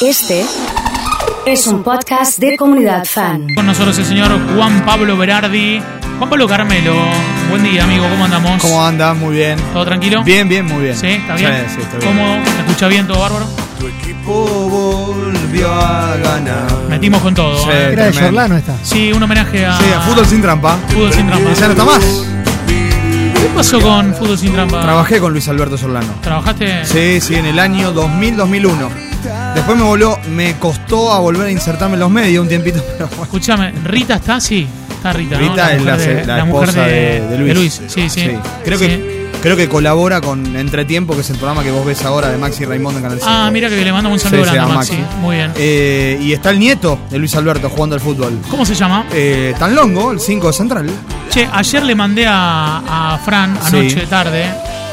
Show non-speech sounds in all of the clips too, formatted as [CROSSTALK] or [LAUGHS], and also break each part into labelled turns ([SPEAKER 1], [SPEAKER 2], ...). [SPEAKER 1] Este es un podcast de comunidad fan.
[SPEAKER 2] Con nosotros el señor Juan Pablo Berardi. Juan Pablo Carmelo, buen día amigo, ¿cómo andamos?
[SPEAKER 3] ¿Cómo anda? Muy bien.
[SPEAKER 2] ¿Todo tranquilo?
[SPEAKER 3] Bien, bien, muy bien.
[SPEAKER 2] ¿Sí? ¿Está bien?
[SPEAKER 3] Sí, sí, está bien.
[SPEAKER 2] ¿Cómodo? ¿Se escucha bien todo bárbaro?
[SPEAKER 4] Tu equipo volvió a ganar.
[SPEAKER 2] Metimos con todo.
[SPEAKER 3] Sí.
[SPEAKER 2] ¿eh?
[SPEAKER 5] Era de
[SPEAKER 3] Tremendo.
[SPEAKER 5] Jorlano esta.
[SPEAKER 2] Sí, un homenaje a...
[SPEAKER 3] Sí, a Fútbol sin trampa.
[SPEAKER 2] Fútbol sin trampa.
[SPEAKER 3] Ya no está más.
[SPEAKER 2] ¿Qué pasó con Fútbol sin trampa?
[SPEAKER 3] Trabajé con Luis Alberto Solano.
[SPEAKER 2] ¿Trabajaste?
[SPEAKER 3] Sí, sí, en el año 2000-2001. Después me voló, me costó a volver a insertarme en los medios un tiempito, [LAUGHS] pero bueno.
[SPEAKER 2] Escúchame, ¿Rita está? Sí, está Rita, ¿no?
[SPEAKER 3] Rita es la,
[SPEAKER 2] mujer
[SPEAKER 3] la esposa de, de Luis. Ah,
[SPEAKER 2] Sí, sí.
[SPEAKER 3] Creo,
[SPEAKER 2] Sí.
[SPEAKER 3] Que, creo que colabora con Entretiempo, que es el programa que vos ves ahora de Maxi Raimondo en Canal 5.
[SPEAKER 2] Ah, mira que le mando un saludo
[SPEAKER 3] Sí, sí,
[SPEAKER 2] grande,
[SPEAKER 3] a
[SPEAKER 2] Maxi.
[SPEAKER 3] Maxi.
[SPEAKER 2] Muy bien.
[SPEAKER 3] Eh, y está el nieto de Luis Alberto jugando al fútbol.
[SPEAKER 2] ¿Cómo se llama?
[SPEAKER 3] Eh, tan longo, el 5 central.
[SPEAKER 2] Che, ayer le mandé a, a Fran,
[SPEAKER 3] Sí.
[SPEAKER 2] anoche tarde,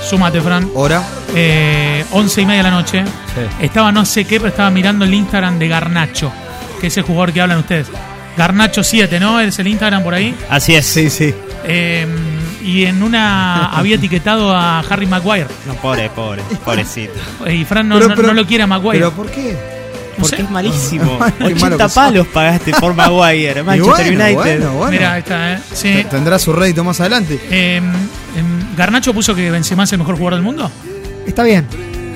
[SPEAKER 2] súmate Fran,
[SPEAKER 3] Hora.
[SPEAKER 2] eh, 11 y media de la noche. Estaba no sé qué, pero estaba mirando el Instagram de Garnacho, que es el jugador que hablan ustedes. Garnacho 7, ¿no? Es el Instagram por ahí.
[SPEAKER 6] Así es.
[SPEAKER 3] Sí, sí.
[SPEAKER 2] Eh, y en
[SPEAKER 3] [LAUGHS]
[SPEAKER 2] una había etiquetado a Harry Maguire.
[SPEAKER 6] No, pobre, eh, pobre, pobrecito.
[SPEAKER 3] [LAUGHS]
[SPEAKER 2] Eh, Y Fran no,
[SPEAKER 3] Pero-
[SPEAKER 2] no-
[SPEAKER 3] pero-
[SPEAKER 2] no lo quiere a Maguire.
[SPEAKER 3] ¿Pero por qué?
[SPEAKER 2] No sé.
[SPEAKER 6] Porque es malísimo.
[SPEAKER 3] [LAUGHS] Ay, qué malo
[SPEAKER 6] 80
[SPEAKER 3] que sos.
[SPEAKER 6] palos pagaste por Maguire,
[SPEAKER 3] Y
[SPEAKER 6] Manchester
[SPEAKER 3] bueno,
[SPEAKER 6] United.
[SPEAKER 3] bueno, bueno.
[SPEAKER 2] Mira, esta, ¿eh? Sí.
[SPEAKER 3] T- Tendrá su rédito más adelante.
[SPEAKER 2] Eh, em, Garnacho puso que Benzema es el mejor jugador del mundo.
[SPEAKER 5] Está bien.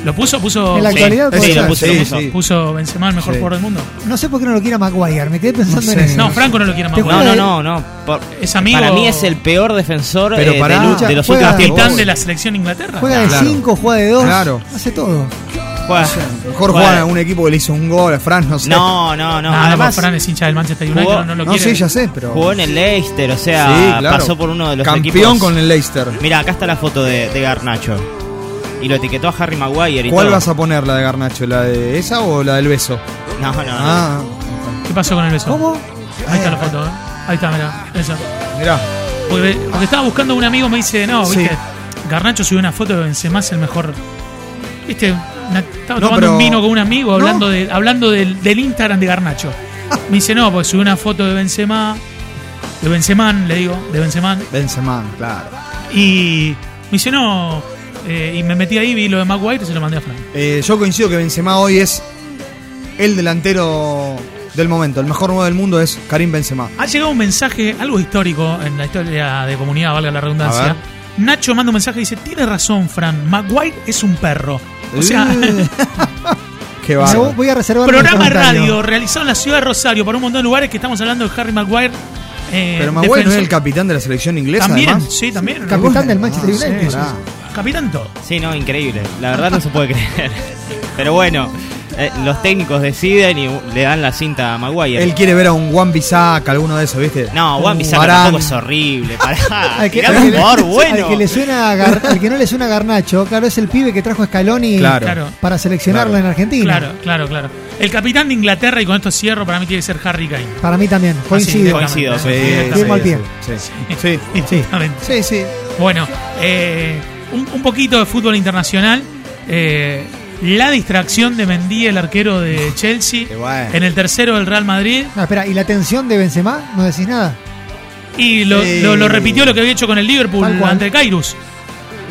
[SPEAKER 2] ¿Lo puso, puso.
[SPEAKER 5] En la actualidad
[SPEAKER 3] Eso
[SPEAKER 6] Sí,
[SPEAKER 5] puede
[SPEAKER 6] lo
[SPEAKER 3] es,
[SPEAKER 5] ser.
[SPEAKER 6] puso, lo puso.
[SPEAKER 2] Puso Benzema el mejor
[SPEAKER 3] Sí.
[SPEAKER 2] jugador del mundo.
[SPEAKER 5] No sé por qué no lo quiere Maguire. Me quedé pensando
[SPEAKER 3] No
[SPEAKER 5] en
[SPEAKER 3] sé.
[SPEAKER 5] eso.
[SPEAKER 2] No, Franco no lo quiere más.
[SPEAKER 5] Te
[SPEAKER 6] No,
[SPEAKER 2] jugador.
[SPEAKER 6] no,
[SPEAKER 5] juro
[SPEAKER 6] no, no. por-
[SPEAKER 2] Es amigo.
[SPEAKER 6] Para mí es el peor defensor
[SPEAKER 3] Pero
[SPEAKER 6] eh,
[SPEAKER 3] pará.
[SPEAKER 6] de, lu- de los
[SPEAKER 5] Juega-
[SPEAKER 6] últimos
[SPEAKER 2] Capitán
[SPEAKER 6] tiempos.
[SPEAKER 2] de la selección de Inglaterra.
[SPEAKER 5] Juega de
[SPEAKER 3] Claro.
[SPEAKER 5] 5, juega de 2.
[SPEAKER 3] Claro.
[SPEAKER 5] Hace todo.
[SPEAKER 6] Juega-
[SPEAKER 3] Mejor
[SPEAKER 6] juega-
[SPEAKER 3] jugar a un equipo que le hizo un gol a Fran, no sé.
[SPEAKER 6] No, no,
[SPEAKER 2] No,
[SPEAKER 6] no.
[SPEAKER 2] además,
[SPEAKER 6] Además,
[SPEAKER 2] Fran es hincha del Manchester United,
[SPEAKER 6] jugó-
[SPEAKER 2] no lo
[SPEAKER 3] No,
[SPEAKER 2] quiere.
[SPEAKER 3] sí, ya sé, pero.
[SPEAKER 6] jugó en el Leicester, o sea,
[SPEAKER 3] Sí, claro.
[SPEAKER 6] pasó por uno de los
[SPEAKER 3] Campeón
[SPEAKER 6] equipos.
[SPEAKER 3] con el Leicester.
[SPEAKER 6] Mira, acá está la foto de, de Garnacho. Y lo etiquetó a Harry Maguire y
[SPEAKER 3] ¿Cuál
[SPEAKER 6] todo.
[SPEAKER 3] vas a poner, la de Garnacho? ¿La de esa o la del beso?
[SPEAKER 6] No, no, no.
[SPEAKER 3] Ah,
[SPEAKER 2] ¿Qué pasó con el beso?
[SPEAKER 5] ¿Cómo?
[SPEAKER 2] Ahí está la foto, ¿eh? Ahí está, mira. Eso.
[SPEAKER 3] mirá.
[SPEAKER 2] Porque, porque estaba buscando un amigo, me dice, no,
[SPEAKER 3] Sí.
[SPEAKER 2] viste, Garnacho subió una foto de Benzema es el mejor. Viste, una- estaba
[SPEAKER 3] No,
[SPEAKER 2] tomando
[SPEAKER 3] pero-
[SPEAKER 2] un vino con un amigo hablando,
[SPEAKER 3] No.
[SPEAKER 2] de, hablando del, del Instagram de
[SPEAKER 3] [LAUGHS]
[SPEAKER 2] Garnacho. Me dice, no, porque subió una foto de Benzema, de Benzema, le digo, de Benzema.
[SPEAKER 3] Benzema, claro.
[SPEAKER 2] Y me dice, no, eh, y me metí ahí, vi lo de Maguire y se lo mandé a Frank.
[SPEAKER 3] Eh, yo coincido que Benzema hoy es el delantero del momento. El mejor nuevo del mundo es Karim Benzema.
[SPEAKER 2] Ha llegado un mensaje, algo histórico en la historia de comunidad, valga la
[SPEAKER 3] A
[SPEAKER 2] redundancia.
[SPEAKER 3] ver.
[SPEAKER 2] Nacho manda un mensaje y dice, tiene razón, Fran, Maguire es un perro. O sea, [LAUGHS]
[SPEAKER 3] Eh, qué
[SPEAKER 5] Me
[SPEAKER 3] bárbaro.
[SPEAKER 5] vo- voy a reservar mi
[SPEAKER 2] programa de
[SPEAKER 5] comentario.
[SPEAKER 2] radio realizado en la ciudad de Rosario para un montón de lugares que estamos hablando de Harry Maguire. eh,
[SPEAKER 3] Pero Maguire no es
[SPEAKER 2] defensor.
[SPEAKER 3] el capitán de la selección inglesa,
[SPEAKER 2] También,
[SPEAKER 3] además.
[SPEAKER 2] sí, también.
[SPEAKER 5] Capitán
[SPEAKER 3] bueno,
[SPEAKER 5] del Manchester
[SPEAKER 3] ah, sí,
[SPEAKER 5] United.
[SPEAKER 3] pará.
[SPEAKER 2] Capitán todo.
[SPEAKER 6] Sí, no, increíble. La verdad no se puede [LAUGHS] creer. Pero bueno, eh, los técnicos deciden y le dan la cinta a Maguire.
[SPEAKER 3] Él quiere ver a un Juan Bisaca, alguno de esos, ¿viste?
[SPEAKER 6] No, Juan Pizarro
[SPEAKER 3] Varane.
[SPEAKER 6] tampoco es horrible. Pará,
[SPEAKER 5] [LAUGHS] Al que,
[SPEAKER 6] tirá
[SPEAKER 5] al
[SPEAKER 6] un
[SPEAKER 5] que-
[SPEAKER 6] jugador
[SPEAKER 5] al
[SPEAKER 6] bueno.
[SPEAKER 5] que le suena a Gar- al que no le suena a Garnacho, claro, es el pibe que trajo a Scaloni
[SPEAKER 3] Claro.
[SPEAKER 2] Claro.
[SPEAKER 5] para seleccionarlo
[SPEAKER 3] Claro.
[SPEAKER 5] en Argentina.
[SPEAKER 2] Claro, claro, claro. El capitán de Inglaterra, y con esto cierro, para mí tiene que ser Harry Kane.
[SPEAKER 5] Para mí también, coincido.
[SPEAKER 2] directamente.
[SPEAKER 6] Coincido,
[SPEAKER 3] Sí,
[SPEAKER 2] Directamente.
[SPEAKER 3] sí,
[SPEAKER 5] Bien mal
[SPEAKER 3] sí,
[SPEAKER 5] pie.
[SPEAKER 3] sí, sí.
[SPEAKER 2] Directamente.
[SPEAKER 3] Sí, sí.
[SPEAKER 2] Bueno, eh, un, un poquito de fútbol internacional. Eh, la distracción de Mendy, el arquero de Chelsea,
[SPEAKER 3] Qué bueno.
[SPEAKER 2] en el tercero del Real Madrid.
[SPEAKER 5] No, espera, ¿y la tensión de Benzema? ¿No decís nada?
[SPEAKER 2] Y lo,
[SPEAKER 3] Sí.
[SPEAKER 2] lo- lo repitió lo que había hecho con el Liverpool
[SPEAKER 5] Tal cual.
[SPEAKER 2] ante el Kairos.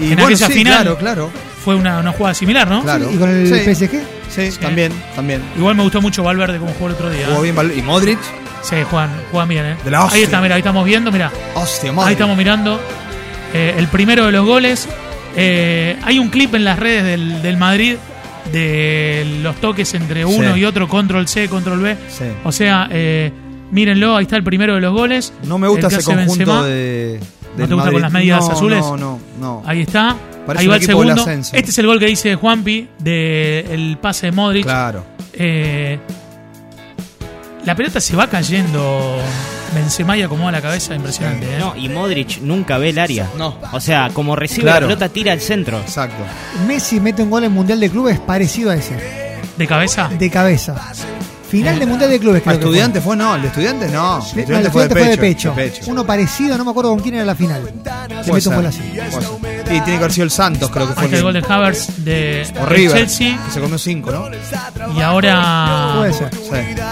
[SPEAKER 3] Y
[SPEAKER 2] En aquella final.
[SPEAKER 3] Claro, claro.
[SPEAKER 2] Fue una, una jugada similar, ¿no?
[SPEAKER 3] Claro.
[SPEAKER 5] ¿Y con el
[SPEAKER 3] Sí.
[SPEAKER 5] PSG?
[SPEAKER 3] Sí, también, también.
[SPEAKER 2] Igual me gustó mucho Valverde como jugó el otro día. ¿eh?
[SPEAKER 3] Jugó bien Val- y Modric.
[SPEAKER 2] Sí, juegan, juegan bien, ¿eh?
[SPEAKER 3] De la
[SPEAKER 2] ahí
[SPEAKER 3] hostia.
[SPEAKER 2] está, mira, ahí estamos viendo, mira.
[SPEAKER 3] Hostia,
[SPEAKER 2] Ahí
[SPEAKER 3] Modric.
[SPEAKER 2] estamos mirando. eh, el primero de los goles. Eh, hay un clip en las redes del, del Madrid de los toques entre uno
[SPEAKER 3] Sí.
[SPEAKER 2] y otro, control C, control B.
[SPEAKER 3] Sí.
[SPEAKER 2] O sea, eh, mírenlo, ahí está el primero de los goles.
[SPEAKER 3] No me gusta
[SPEAKER 2] El que
[SPEAKER 3] ese
[SPEAKER 2] hace
[SPEAKER 3] conjunto
[SPEAKER 2] Benzema.
[SPEAKER 3] de. del
[SPEAKER 2] te gusta
[SPEAKER 3] Madrid.
[SPEAKER 2] con las medias
[SPEAKER 3] No,
[SPEAKER 2] azules?
[SPEAKER 3] No, no, no.
[SPEAKER 2] Ahí está.
[SPEAKER 3] Parece
[SPEAKER 2] ahí
[SPEAKER 3] un
[SPEAKER 2] va el
[SPEAKER 3] equipo del
[SPEAKER 2] segundo.
[SPEAKER 3] ascenso.
[SPEAKER 2] Este es el gol que dice Juanpi del pase de Modric.
[SPEAKER 3] Claro.
[SPEAKER 2] Eh, la pelota se va cayendo. Benzema y acomoda la cabeza, impresionante. ¿eh?
[SPEAKER 6] No, y Modric nunca ve el área.
[SPEAKER 3] No.
[SPEAKER 6] O sea, como recibe
[SPEAKER 3] Claro.
[SPEAKER 6] la pelota, tira al centro.
[SPEAKER 3] Exacto.
[SPEAKER 5] Messi mete un gol en Mundial de Clubes parecido a ese,
[SPEAKER 2] De
[SPEAKER 3] Eh,
[SPEAKER 2] cabeza.
[SPEAKER 5] de cabeza. Final de Mundial de Clubes,
[SPEAKER 3] ¿A
[SPEAKER 5] creo que fue.
[SPEAKER 3] estudiante fue? No, el de estudiante no. El
[SPEAKER 5] De-
[SPEAKER 3] de
[SPEAKER 5] no, el
[SPEAKER 3] estudiante fue de
[SPEAKER 5] estudiante
[SPEAKER 3] pecho.
[SPEAKER 5] fue de pecho. Uno parecido, no me acuerdo con quién era la final. Le
[SPEAKER 3] Puede
[SPEAKER 5] mete un gol así.
[SPEAKER 3] ser, puede ser. Sí, tiene que haber sido el Santos, creo que
[SPEAKER 2] Ahí
[SPEAKER 3] fue.
[SPEAKER 2] está Ah, el gol de
[SPEAKER 3] el-
[SPEAKER 2] Havers de,
[SPEAKER 3] O
[SPEAKER 2] de
[SPEAKER 3] River.
[SPEAKER 2] Chelsea.
[SPEAKER 3] Que se comió cinco, ¿no?
[SPEAKER 2] Y ahora
[SPEAKER 3] Ah,
[SPEAKER 5] Puede ser.
[SPEAKER 3] Sí.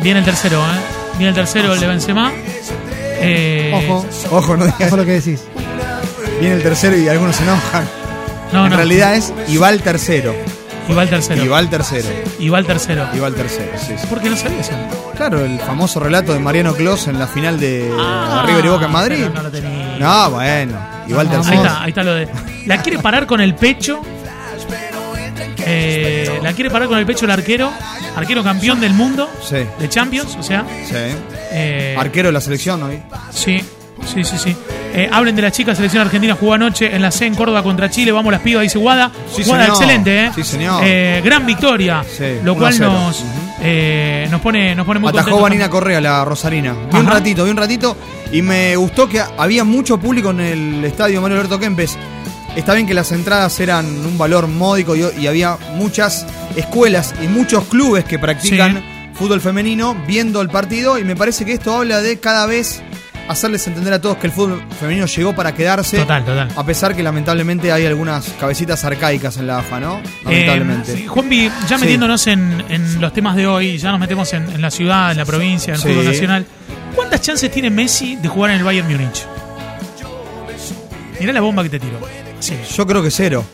[SPEAKER 2] viene el tercero, ¿eh? Viene el tercero, el de Benzema. Eh,
[SPEAKER 5] Ojo,
[SPEAKER 3] Ojo, no digas.
[SPEAKER 5] ojo lo que decís.
[SPEAKER 3] Viene el tercero y algunos se enojan.
[SPEAKER 2] No,
[SPEAKER 3] en
[SPEAKER 2] no.
[SPEAKER 3] realidad es y va el tercero.
[SPEAKER 2] Y va el tercero.
[SPEAKER 3] Y va el tercero.
[SPEAKER 2] Y va el tercero.
[SPEAKER 3] Y va el tercero, sí, sí.
[SPEAKER 2] ¿Por qué no sabía eso?
[SPEAKER 3] Claro, el famoso relato de Mariano Clos en la final de River y Boca en Madrid.
[SPEAKER 2] pero no lo tenía.
[SPEAKER 3] No, bueno. Y va el
[SPEAKER 2] Ahí
[SPEAKER 3] tercero.
[SPEAKER 2] está, ahí está lo de. La quiere parar con el pecho. Eh, la quiere parar con el pecho el arquero. Arquero campeón del mundo.
[SPEAKER 3] Sí.
[SPEAKER 2] De Champions, o sea.
[SPEAKER 3] Sí.
[SPEAKER 2] eh,
[SPEAKER 3] Arquero de la selección hoy.
[SPEAKER 2] Sí, sí, sí, sí. Eh, hablen de la chica selección argentina jugó anoche en la C en Córdoba contra Chile. Vamos las pibas, dice Guada.
[SPEAKER 3] Sí,
[SPEAKER 2] Guada,
[SPEAKER 3] señor.
[SPEAKER 2] excelente, ¿eh?
[SPEAKER 3] Sí, señor.
[SPEAKER 2] Eh, gran victoria.
[SPEAKER 3] Sí,
[SPEAKER 2] lo
[SPEAKER 3] 1 a
[SPEAKER 2] cual
[SPEAKER 3] 0.
[SPEAKER 2] nos, eh, nos pone nos pone muy
[SPEAKER 3] Atajó
[SPEAKER 2] contentos.
[SPEAKER 3] Vanina Correa, la Rosarina. Vi un
[SPEAKER 2] Ajá.
[SPEAKER 3] ratito, vi un ratito. Y me gustó que había mucho público en el estadio Manuel Alberto Kempes. Está bien que las entradas eran un valor módico y, y había muchas escuelas y muchos clubes que practican fútbol femenino viendo el partido. Y me parece que esto habla de cada vez hacerles entender a todos que el fútbol femenino llegó para quedarse.
[SPEAKER 2] Total, total. Eh,
[SPEAKER 3] A pesar que lamentablemente hay algunas cabecitas arcaicas en la AFA, ¿no? Lamentablemente.
[SPEAKER 2] Eh, sí, Juanpi, ya
[SPEAKER 3] Sí.
[SPEAKER 2] metiéndonos en, en los temas de hoy, ya nos metemos en, en la ciudad, en la provincia, en el
[SPEAKER 3] Sí.
[SPEAKER 2] fútbol nacional. ¿Cuántas chances tiene Messi de jugar en el Bayern Múnich? Mirá la bomba que te tiro. Sí,
[SPEAKER 3] Yo creo que cero.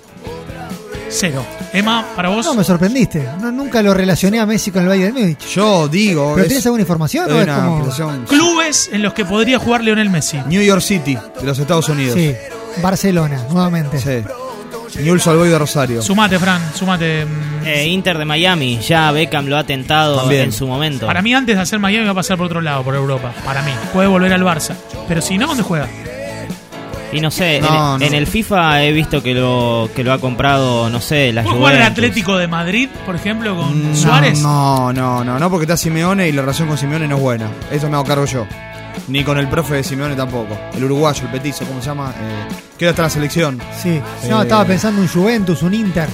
[SPEAKER 2] cero. Emma, para vos.
[SPEAKER 5] No, me sorprendiste. No, nunca lo relacioné a Messi con el Bayern de Múnich.
[SPEAKER 3] Yo digo.
[SPEAKER 5] ¿Pero
[SPEAKER 3] es-
[SPEAKER 5] tienes alguna información o
[SPEAKER 3] es
[SPEAKER 5] es
[SPEAKER 3] una
[SPEAKER 5] como.?
[SPEAKER 3] apreciación.
[SPEAKER 2] Clubes en los que podría jugar Lionel Messi.
[SPEAKER 3] New York City, de los Estados Unidos.
[SPEAKER 5] Sí, Barcelona, nuevamente.
[SPEAKER 3] Sí. Newell's Old Boys de Rosario.
[SPEAKER 2] Sumate, Fran, sumate. mm.
[SPEAKER 6] Eh, Inter de Miami, ya Beckham lo ha tentado
[SPEAKER 3] También.
[SPEAKER 6] en su momento.
[SPEAKER 2] Para mí, antes de hacer Miami, va a pasar por otro lado, por Europa. Para mí. Puede volver al Barça. Pero si no, ¿dónde juega?
[SPEAKER 6] Y no sé, en-
[SPEAKER 3] No,
[SPEAKER 6] en,
[SPEAKER 3] no.
[SPEAKER 6] el FIFA he visto que lo que lo ha comprado, no sé, la
[SPEAKER 2] ¿Puede
[SPEAKER 6] Juventus.
[SPEAKER 2] jugar al Atlético de Madrid, por ejemplo, con
[SPEAKER 3] Mm, No,
[SPEAKER 2] Suárez?
[SPEAKER 3] No, no, no, no, porque está Simeone y la relación con Simeone no es buena. Eso me hago cargo yo. Ni con el profe de Simeone tampoco. El uruguayo, el petizo, ¿cómo se llama? Eh, que ahora está en la selección.
[SPEAKER 5] Sí. No,
[SPEAKER 3] Eh.
[SPEAKER 5] estaba pensando un Juventus, un Inter.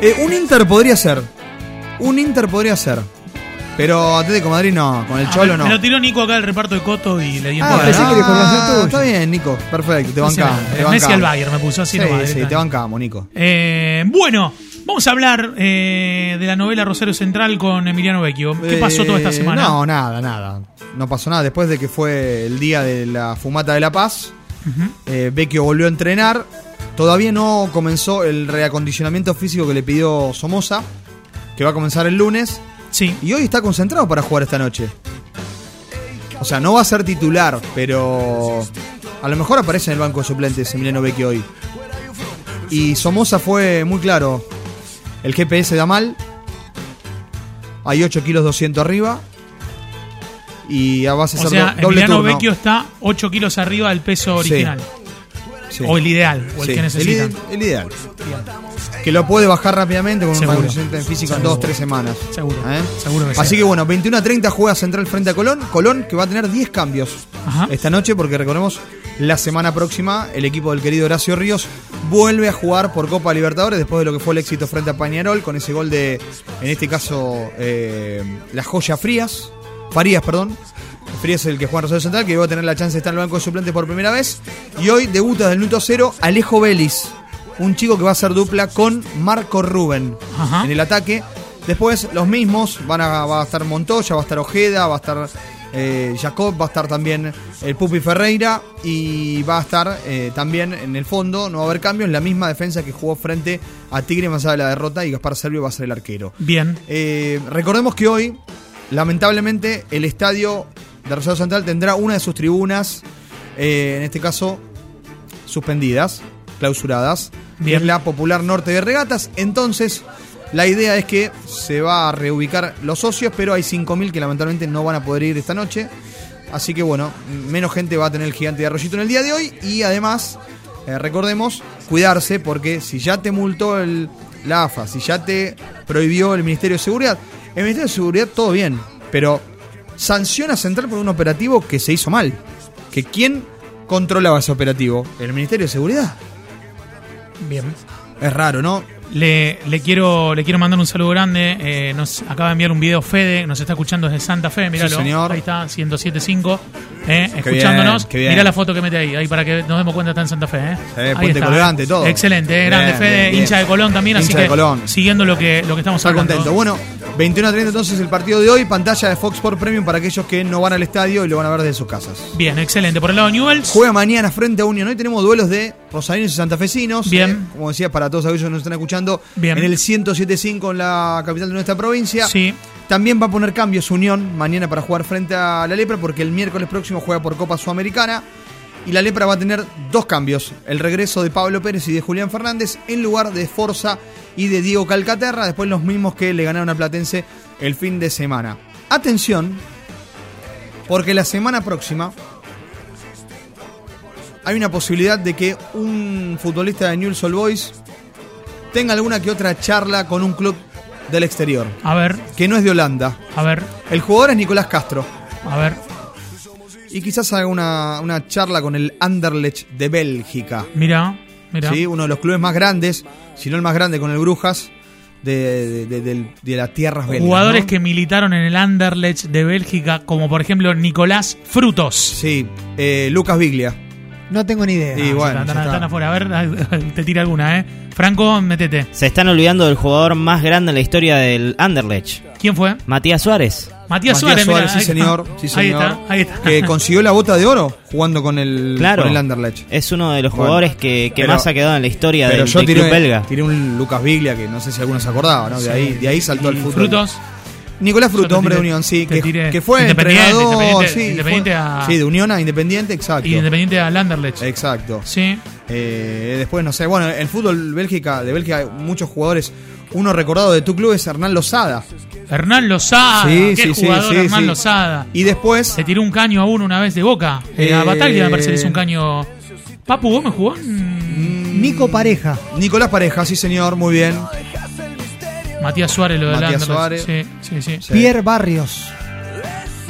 [SPEAKER 3] Eh, un Inter podría ser. Un Inter podría ser. Pero Atlético de Madrid no, con el
[SPEAKER 2] Ah,
[SPEAKER 3] Cholo
[SPEAKER 2] me-
[SPEAKER 3] no.
[SPEAKER 2] Me lo tiró Nico acá del reparto de Coto y le di en
[SPEAKER 5] Ah,
[SPEAKER 2] toda la-
[SPEAKER 5] pensé que era información tuya.
[SPEAKER 3] Está bien, Nico. Perfecto, te
[SPEAKER 2] Messi
[SPEAKER 3] bancamos.
[SPEAKER 2] al-
[SPEAKER 3] te
[SPEAKER 2] Messi al
[SPEAKER 3] bancamos.
[SPEAKER 2] Bayern, me puso así
[SPEAKER 3] Sí,
[SPEAKER 2] nomás,
[SPEAKER 3] sí, te
[SPEAKER 2] directamente.
[SPEAKER 3] bancamos, Nico.
[SPEAKER 2] Eh, bueno, vamos a hablar eh, de la novela Rosario Central con Emiliano Vecchio. ¿Qué pasó toda esta
[SPEAKER 3] Eh,
[SPEAKER 2] semana?
[SPEAKER 3] No, nada, nada. No pasó nada. Después de que fue el día de la fumata de La Paz,
[SPEAKER 2] Ujú.
[SPEAKER 3] eh, Vecchio volvió a entrenar. Todavía no comenzó el reacondicionamiento físico que le pidió Somoza, que va a comenzar el lunes.
[SPEAKER 2] Sí.
[SPEAKER 3] Y hoy está concentrado para jugar esta noche. O sea, no va a ser titular, pero a lo mejor aparece en el banco de suplentes Emiliano Vecchio hoy. Y Somoza fue muy claro. El GPS da mal. Hay 8 kilos 200 arriba. Y ya vas a
[SPEAKER 2] O
[SPEAKER 3] hacer
[SPEAKER 2] sea,
[SPEAKER 3] do- doble
[SPEAKER 2] Emiliano
[SPEAKER 3] turno.
[SPEAKER 2] Vecchio está 8 kilos arriba del peso original.
[SPEAKER 3] Sí.
[SPEAKER 2] O el ideal, o el
[SPEAKER 3] Sí,
[SPEAKER 2] que necesitan.
[SPEAKER 3] ide- el ideal. Que lo puede bajar rápidamente con
[SPEAKER 2] Seguro.
[SPEAKER 3] un reconocimiento físico en
[SPEAKER 2] Seguro.
[SPEAKER 3] 2-3 semanas.
[SPEAKER 2] Seguro.
[SPEAKER 3] ¿Eh?
[SPEAKER 2] Seguro que sí.
[SPEAKER 3] Así que bueno, 21 a 30 juega Central frente a Colón. Colón que va a tener 10 cambios
[SPEAKER 2] Ajá.
[SPEAKER 3] esta noche porque recordemos la semana próxima el equipo del querido Horacio Ríos vuelve a jugar por Copa Libertadores después de lo que fue el éxito frente a Pañarol con ese gol de, en este caso, eh, la joya Frías. Farías, perdón. Frías es el que juega en Rosario Central, que va a tener la chance de estar en el banco de suplentes por primera vez. Y hoy debuta desde el minuto cero Alejo Vélez, un chico que va a ser dupla con Marco Rubén
[SPEAKER 2] Ajá.
[SPEAKER 3] en el ataque. Después los mismos, van a, va a estar Montoya, va a estar Ojeda, va a estar eh, Jacob, va a estar también el Pupi Ferreira y va a estar eh, también en el fondo, no va a haber cambios, la misma defensa que jugó frente a Tigre más allá de la derrota y Gaspar Servio va a ser el arquero.
[SPEAKER 2] Bien.
[SPEAKER 3] Eh, recordemos que hoy, lamentablemente, el estadio de Rosario Central tendrá una de sus tribunas, eh, en este caso, suspendidas, clausuradas, que
[SPEAKER 2] Bien.
[SPEAKER 3] es la popular norte de regatas. Entonces, la idea es que se va a reubicar los socios, pero hay 5.000 que lamentablemente no van a poder ir esta noche. Así que bueno, menos gente va a tener el gigante de arroyito en el día de hoy. Y además, eh, recordemos, cuidarse, porque si ya te multó el, la AFA, si ya te prohibió el Ministerio de Seguridad, el Ministerio de Seguridad todo bien, pero sanciona a Central por un operativo que se hizo mal. ¿Que quién controlaba ese operativo? ¿El Ministerio de Seguridad?
[SPEAKER 2] Bien.
[SPEAKER 3] Es raro, ¿no?
[SPEAKER 2] Le, le quiero, le quiero mandar un saludo grande. eh, nos acaba de enviar un video Fede, nos está escuchando desde Santa Fe, míralo.
[SPEAKER 3] señor.
[SPEAKER 2] Ahí está, 107.5, eh, escuchándonos.
[SPEAKER 3] bien, qué bien.
[SPEAKER 2] Mirá la foto que mete ahí, ahí para que nos demos cuenta está en Santa Fe. Eh.
[SPEAKER 3] Sí,
[SPEAKER 2] Ahí
[SPEAKER 3] puente colgante, todo.
[SPEAKER 2] Excelente, eh, grande
[SPEAKER 3] Bien,
[SPEAKER 2] Fede,
[SPEAKER 3] bien, bien.
[SPEAKER 2] hincha de Colón también,
[SPEAKER 3] Hincha
[SPEAKER 2] así
[SPEAKER 3] de
[SPEAKER 2] que
[SPEAKER 3] Colón.
[SPEAKER 2] siguiendo lo que, lo que estamos
[SPEAKER 3] Está
[SPEAKER 2] hablando.
[SPEAKER 3] contento. Bueno, 21 a 30 entonces el partido de hoy, pantalla de Fox Sport Premium para aquellos que no van al estadio y lo van a ver desde sus casas.
[SPEAKER 2] Bien, excelente. Por el lado de Newells.
[SPEAKER 3] Juega mañana frente a Unión. Hoy tenemos duelos de Rosarinos y Santafesinos.
[SPEAKER 2] Bien.
[SPEAKER 3] eh, como decía, para todos aquellos que nos están escuchando,
[SPEAKER 2] Bien.
[SPEAKER 3] en el 107.5 en la capital de nuestra provincia.
[SPEAKER 2] Sí.
[SPEAKER 3] También va a poner cambios Unión mañana para jugar frente a la Lepra, porque el miércoles próximo juega por Copa Sudamericana. Y la Lepra va a tener dos cambios: el regreso de Pablo Pérez y de Julián Fernández en lugar de Forza y de Diego Calcaterra, después los mismos que le ganaron a Platense el fin de semana. Atención, porque la semana próxima hay una posibilidad de que un futbolista de Newell's Old Boys tenga alguna que otra charla con un club del exterior,
[SPEAKER 2] A ver,
[SPEAKER 3] que no es de Holanda.
[SPEAKER 2] a ver,
[SPEAKER 3] El jugador es Nicolás Castro.
[SPEAKER 2] a ver.
[SPEAKER 3] Y quizás haga una, una charla con el Anderlecht de Bélgica.
[SPEAKER 2] Mira, mira.
[SPEAKER 3] ¿sí? Uno de los clubes más grandes, si no el más grande con el Brujas, de, de, de- del- de las tierras belgas.
[SPEAKER 2] Jugadores
[SPEAKER 3] ¿no?
[SPEAKER 2] que militaron en el Anderlecht de Bélgica, como por ejemplo Nicolás Frutos. Ah,
[SPEAKER 3] Sí, eh, Lucas Biglia.
[SPEAKER 5] No tengo ni idea.
[SPEAKER 3] Y bueno,
[SPEAKER 2] están,
[SPEAKER 3] ya está.
[SPEAKER 2] están afuera. A ver, [LAUGHS] te tira alguna, ¿eh? Franco, metete.
[SPEAKER 6] Se están olvidando del jugador más grande en la historia del Anderlecht,
[SPEAKER 2] ¿Quién fue?
[SPEAKER 6] Matías Suárez.
[SPEAKER 2] Matías,
[SPEAKER 3] Matías
[SPEAKER 2] Suárez, mirá,
[SPEAKER 3] sí
[SPEAKER 2] ahí está.
[SPEAKER 3] señor, sí
[SPEAKER 2] Ahí
[SPEAKER 3] señor.
[SPEAKER 2] está, ahí está. [LAUGHS]
[SPEAKER 3] Que consiguió la bota de oro jugando con el,
[SPEAKER 6] Claro.
[SPEAKER 3] con el Anderlecht.
[SPEAKER 6] Es uno de los
[SPEAKER 3] Bueno,
[SPEAKER 6] jugadores que, que
[SPEAKER 3] pero-
[SPEAKER 6] más ha quedado en la historia
[SPEAKER 3] Pero
[SPEAKER 6] del,
[SPEAKER 3] yo
[SPEAKER 6] del club
[SPEAKER 3] tiré,
[SPEAKER 6] belga.
[SPEAKER 3] tiré un Lucas Biglia que no sé si alguno se acordaba, ¿no? De, ahí, de ahí saltó el fútbol.
[SPEAKER 2] Frutos.
[SPEAKER 3] Nicolás
[SPEAKER 2] Yo te
[SPEAKER 3] Fruto, hombre de
[SPEAKER 2] tiré-
[SPEAKER 3] Unión, sí,
[SPEAKER 2] te
[SPEAKER 3] que,
[SPEAKER 2] tiré
[SPEAKER 3] que fue
[SPEAKER 2] Independiente,
[SPEAKER 3] entrenador,
[SPEAKER 2] Independiente-
[SPEAKER 3] sí,
[SPEAKER 2] Independiente
[SPEAKER 3] fue-
[SPEAKER 2] a-
[SPEAKER 3] sí, de Unión a Independiente, exacto.
[SPEAKER 2] Y independiente al Anderlecht.
[SPEAKER 3] Exacto.
[SPEAKER 2] Sí.
[SPEAKER 3] Eh, después, no sé, bueno, el fútbol Bélgica, de Bélgica hay muchos jugadores. Uno recordado de tu club es Hernán Lozada.
[SPEAKER 2] Hernán Lozada.
[SPEAKER 3] Sí,
[SPEAKER 2] Ah, qué
[SPEAKER 3] sí, sí,
[SPEAKER 2] jugador
[SPEAKER 3] sí,
[SPEAKER 2] Hernán
[SPEAKER 3] sí.
[SPEAKER 2] Lozada.
[SPEAKER 3] Y después,
[SPEAKER 2] Se tiró un caño a uno una vez de boca. Eh, a
[SPEAKER 3] Eh,
[SPEAKER 2] Bataglia me parece que es un caño. Papu Gómez jugó. en-
[SPEAKER 5] Nico Pareja.
[SPEAKER 3] Nicolás Pareja, sí señor, muy bien.
[SPEAKER 2] Matías Suárez, lo del
[SPEAKER 3] Matías
[SPEAKER 2] Anderlecht.
[SPEAKER 3] Suárez.
[SPEAKER 2] Sí, sí, sí.
[SPEAKER 3] Sí.
[SPEAKER 5] Pierre Barrios.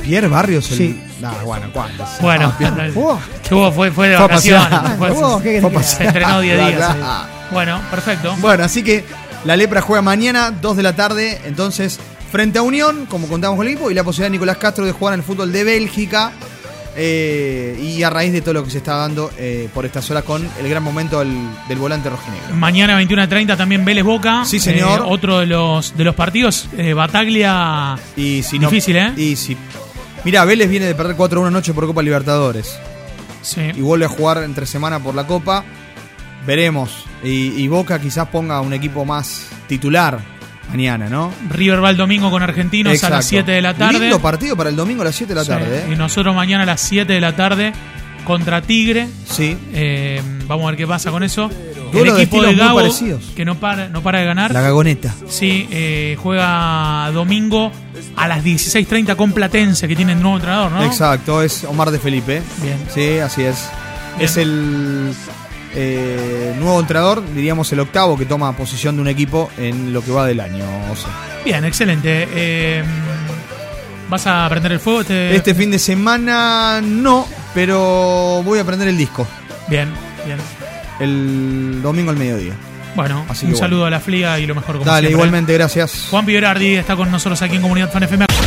[SPEAKER 3] Pierre Barrios, el-
[SPEAKER 5] Sí.
[SPEAKER 3] Nah, bueno, ¿cuántos?
[SPEAKER 2] Bueno, [LAUGHS]
[SPEAKER 3] Ah, Pierre-
[SPEAKER 5] Oh,
[SPEAKER 2] Jugó, fue, fue de
[SPEAKER 3] Fue a
[SPEAKER 2] vacaciones.
[SPEAKER 3] pasear.
[SPEAKER 2] fue-
[SPEAKER 5] Oh, ¿qué querés
[SPEAKER 3] Fue
[SPEAKER 5] que
[SPEAKER 3] a
[SPEAKER 5] haga?
[SPEAKER 2] se entrenó día a día.
[SPEAKER 3] Claro.
[SPEAKER 2] sí. Bueno, perfecto.
[SPEAKER 3] Bueno, así que la Lepra juega mañana, 2 de la tarde, entonces frente a Unión, como contamos con el equipo, y la posibilidad de Nicolás Castro de jugar en el fútbol de Bélgica. eh, y a raíz de todo lo que se está dando eh, por estas horas con el gran momento del, del volante rojinegro.
[SPEAKER 2] Mañana 21 a 30 también Vélez Boca.
[SPEAKER 3] Sí,
[SPEAKER 2] Eh,
[SPEAKER 3] señor.
[SPEAKER 2] otro de los, de los partidos. eh, Bataglia.
[SPEAKER 3] Y si no-
[SPEAKER 2] Difícil, ¿eh?
[SPEAKER 3] Y si, mirá, Vélez viene de perder 4-1 anoche por Copa Libertadores.
[SPEAKER 2] Sí.
[SPEAKER 3] Y vuelve a jugar entre semana por la Copa. Veremos. Y, y Boca quizás ponga un equipo más titular mañana, ¿no?
[SPEAKER 2] River va el domingo con Argentinos a las
[SPEAKER 3] Exacto.
[SPEAKER 2] 7 de la tarde.
[SPEAKER 3] Lindo partido para el domingo a las 7 de la
[SPEAKER 2] Sí,
[SPEAKER 3] tarde.
[SPEAKER 2] Y
[SPEAKER 3] ¿eh?
[SPEAKER 2] nosotros mañana a las 7 de la tarde contra Tigre.
[SPEAKER 3] Sí.
[SPEAKER 2] Eh, vamos a ver qué pasa con eso.
[SPEAKER 3] Duelo
[SPEAKER 2] el equipo
[SPEAKER 3] de estilos
[SPEAKER 2] de
[SPEAKER 3] muy
[SPEAKER 2] Gabo,
[SPEAKER 3] parecidos.
[SPEAKER 2] que no para, no para de ganar.
[SPEAKER 3] La gagoneta.
[SPEAKER 2] Sí, eh, juega domingo a las 16.30 con Platense, que tiene nuevo entrenador, ¿no?
[SPEAKER 3] Exacto, es Omar de Felipe.
[SPEAKER 2] Bien.
[SPEAKER 3] Sí, así es.
[SPEAKER 2] Bien.
[SPEAKER 3] Es el eh, nuevo entrenador, diríamos el octavo que toma posición de un equipo en lo que va del año. o sea.
[SPEAKER 2] Bien, excelente. Eh, ¿Vas a prender el fuego? Este...
[SPEAKER 3] Este fin de semana no, pero voy a aprender el disco
[SPEAKER 2] Bien, bien.
[SPEAKER 3] el domingo al mediodía.
[SPEAKER 2] Bueno,
[SPEAKER 3] Así que
[SPEAKER 2] un
[SPEAKER 3] bueno.
[SPEAKER 2] saludo a la FLIA y lo mejor como
[SPEAKER 3] Dale,
[SPEAKER 2] siempre. ¿eh?
[SPEAKER 3] igualmente, gracias.
[SPEAKER 2] Juan Piberardi está con nosotros aquí en Comunidad Fan FM.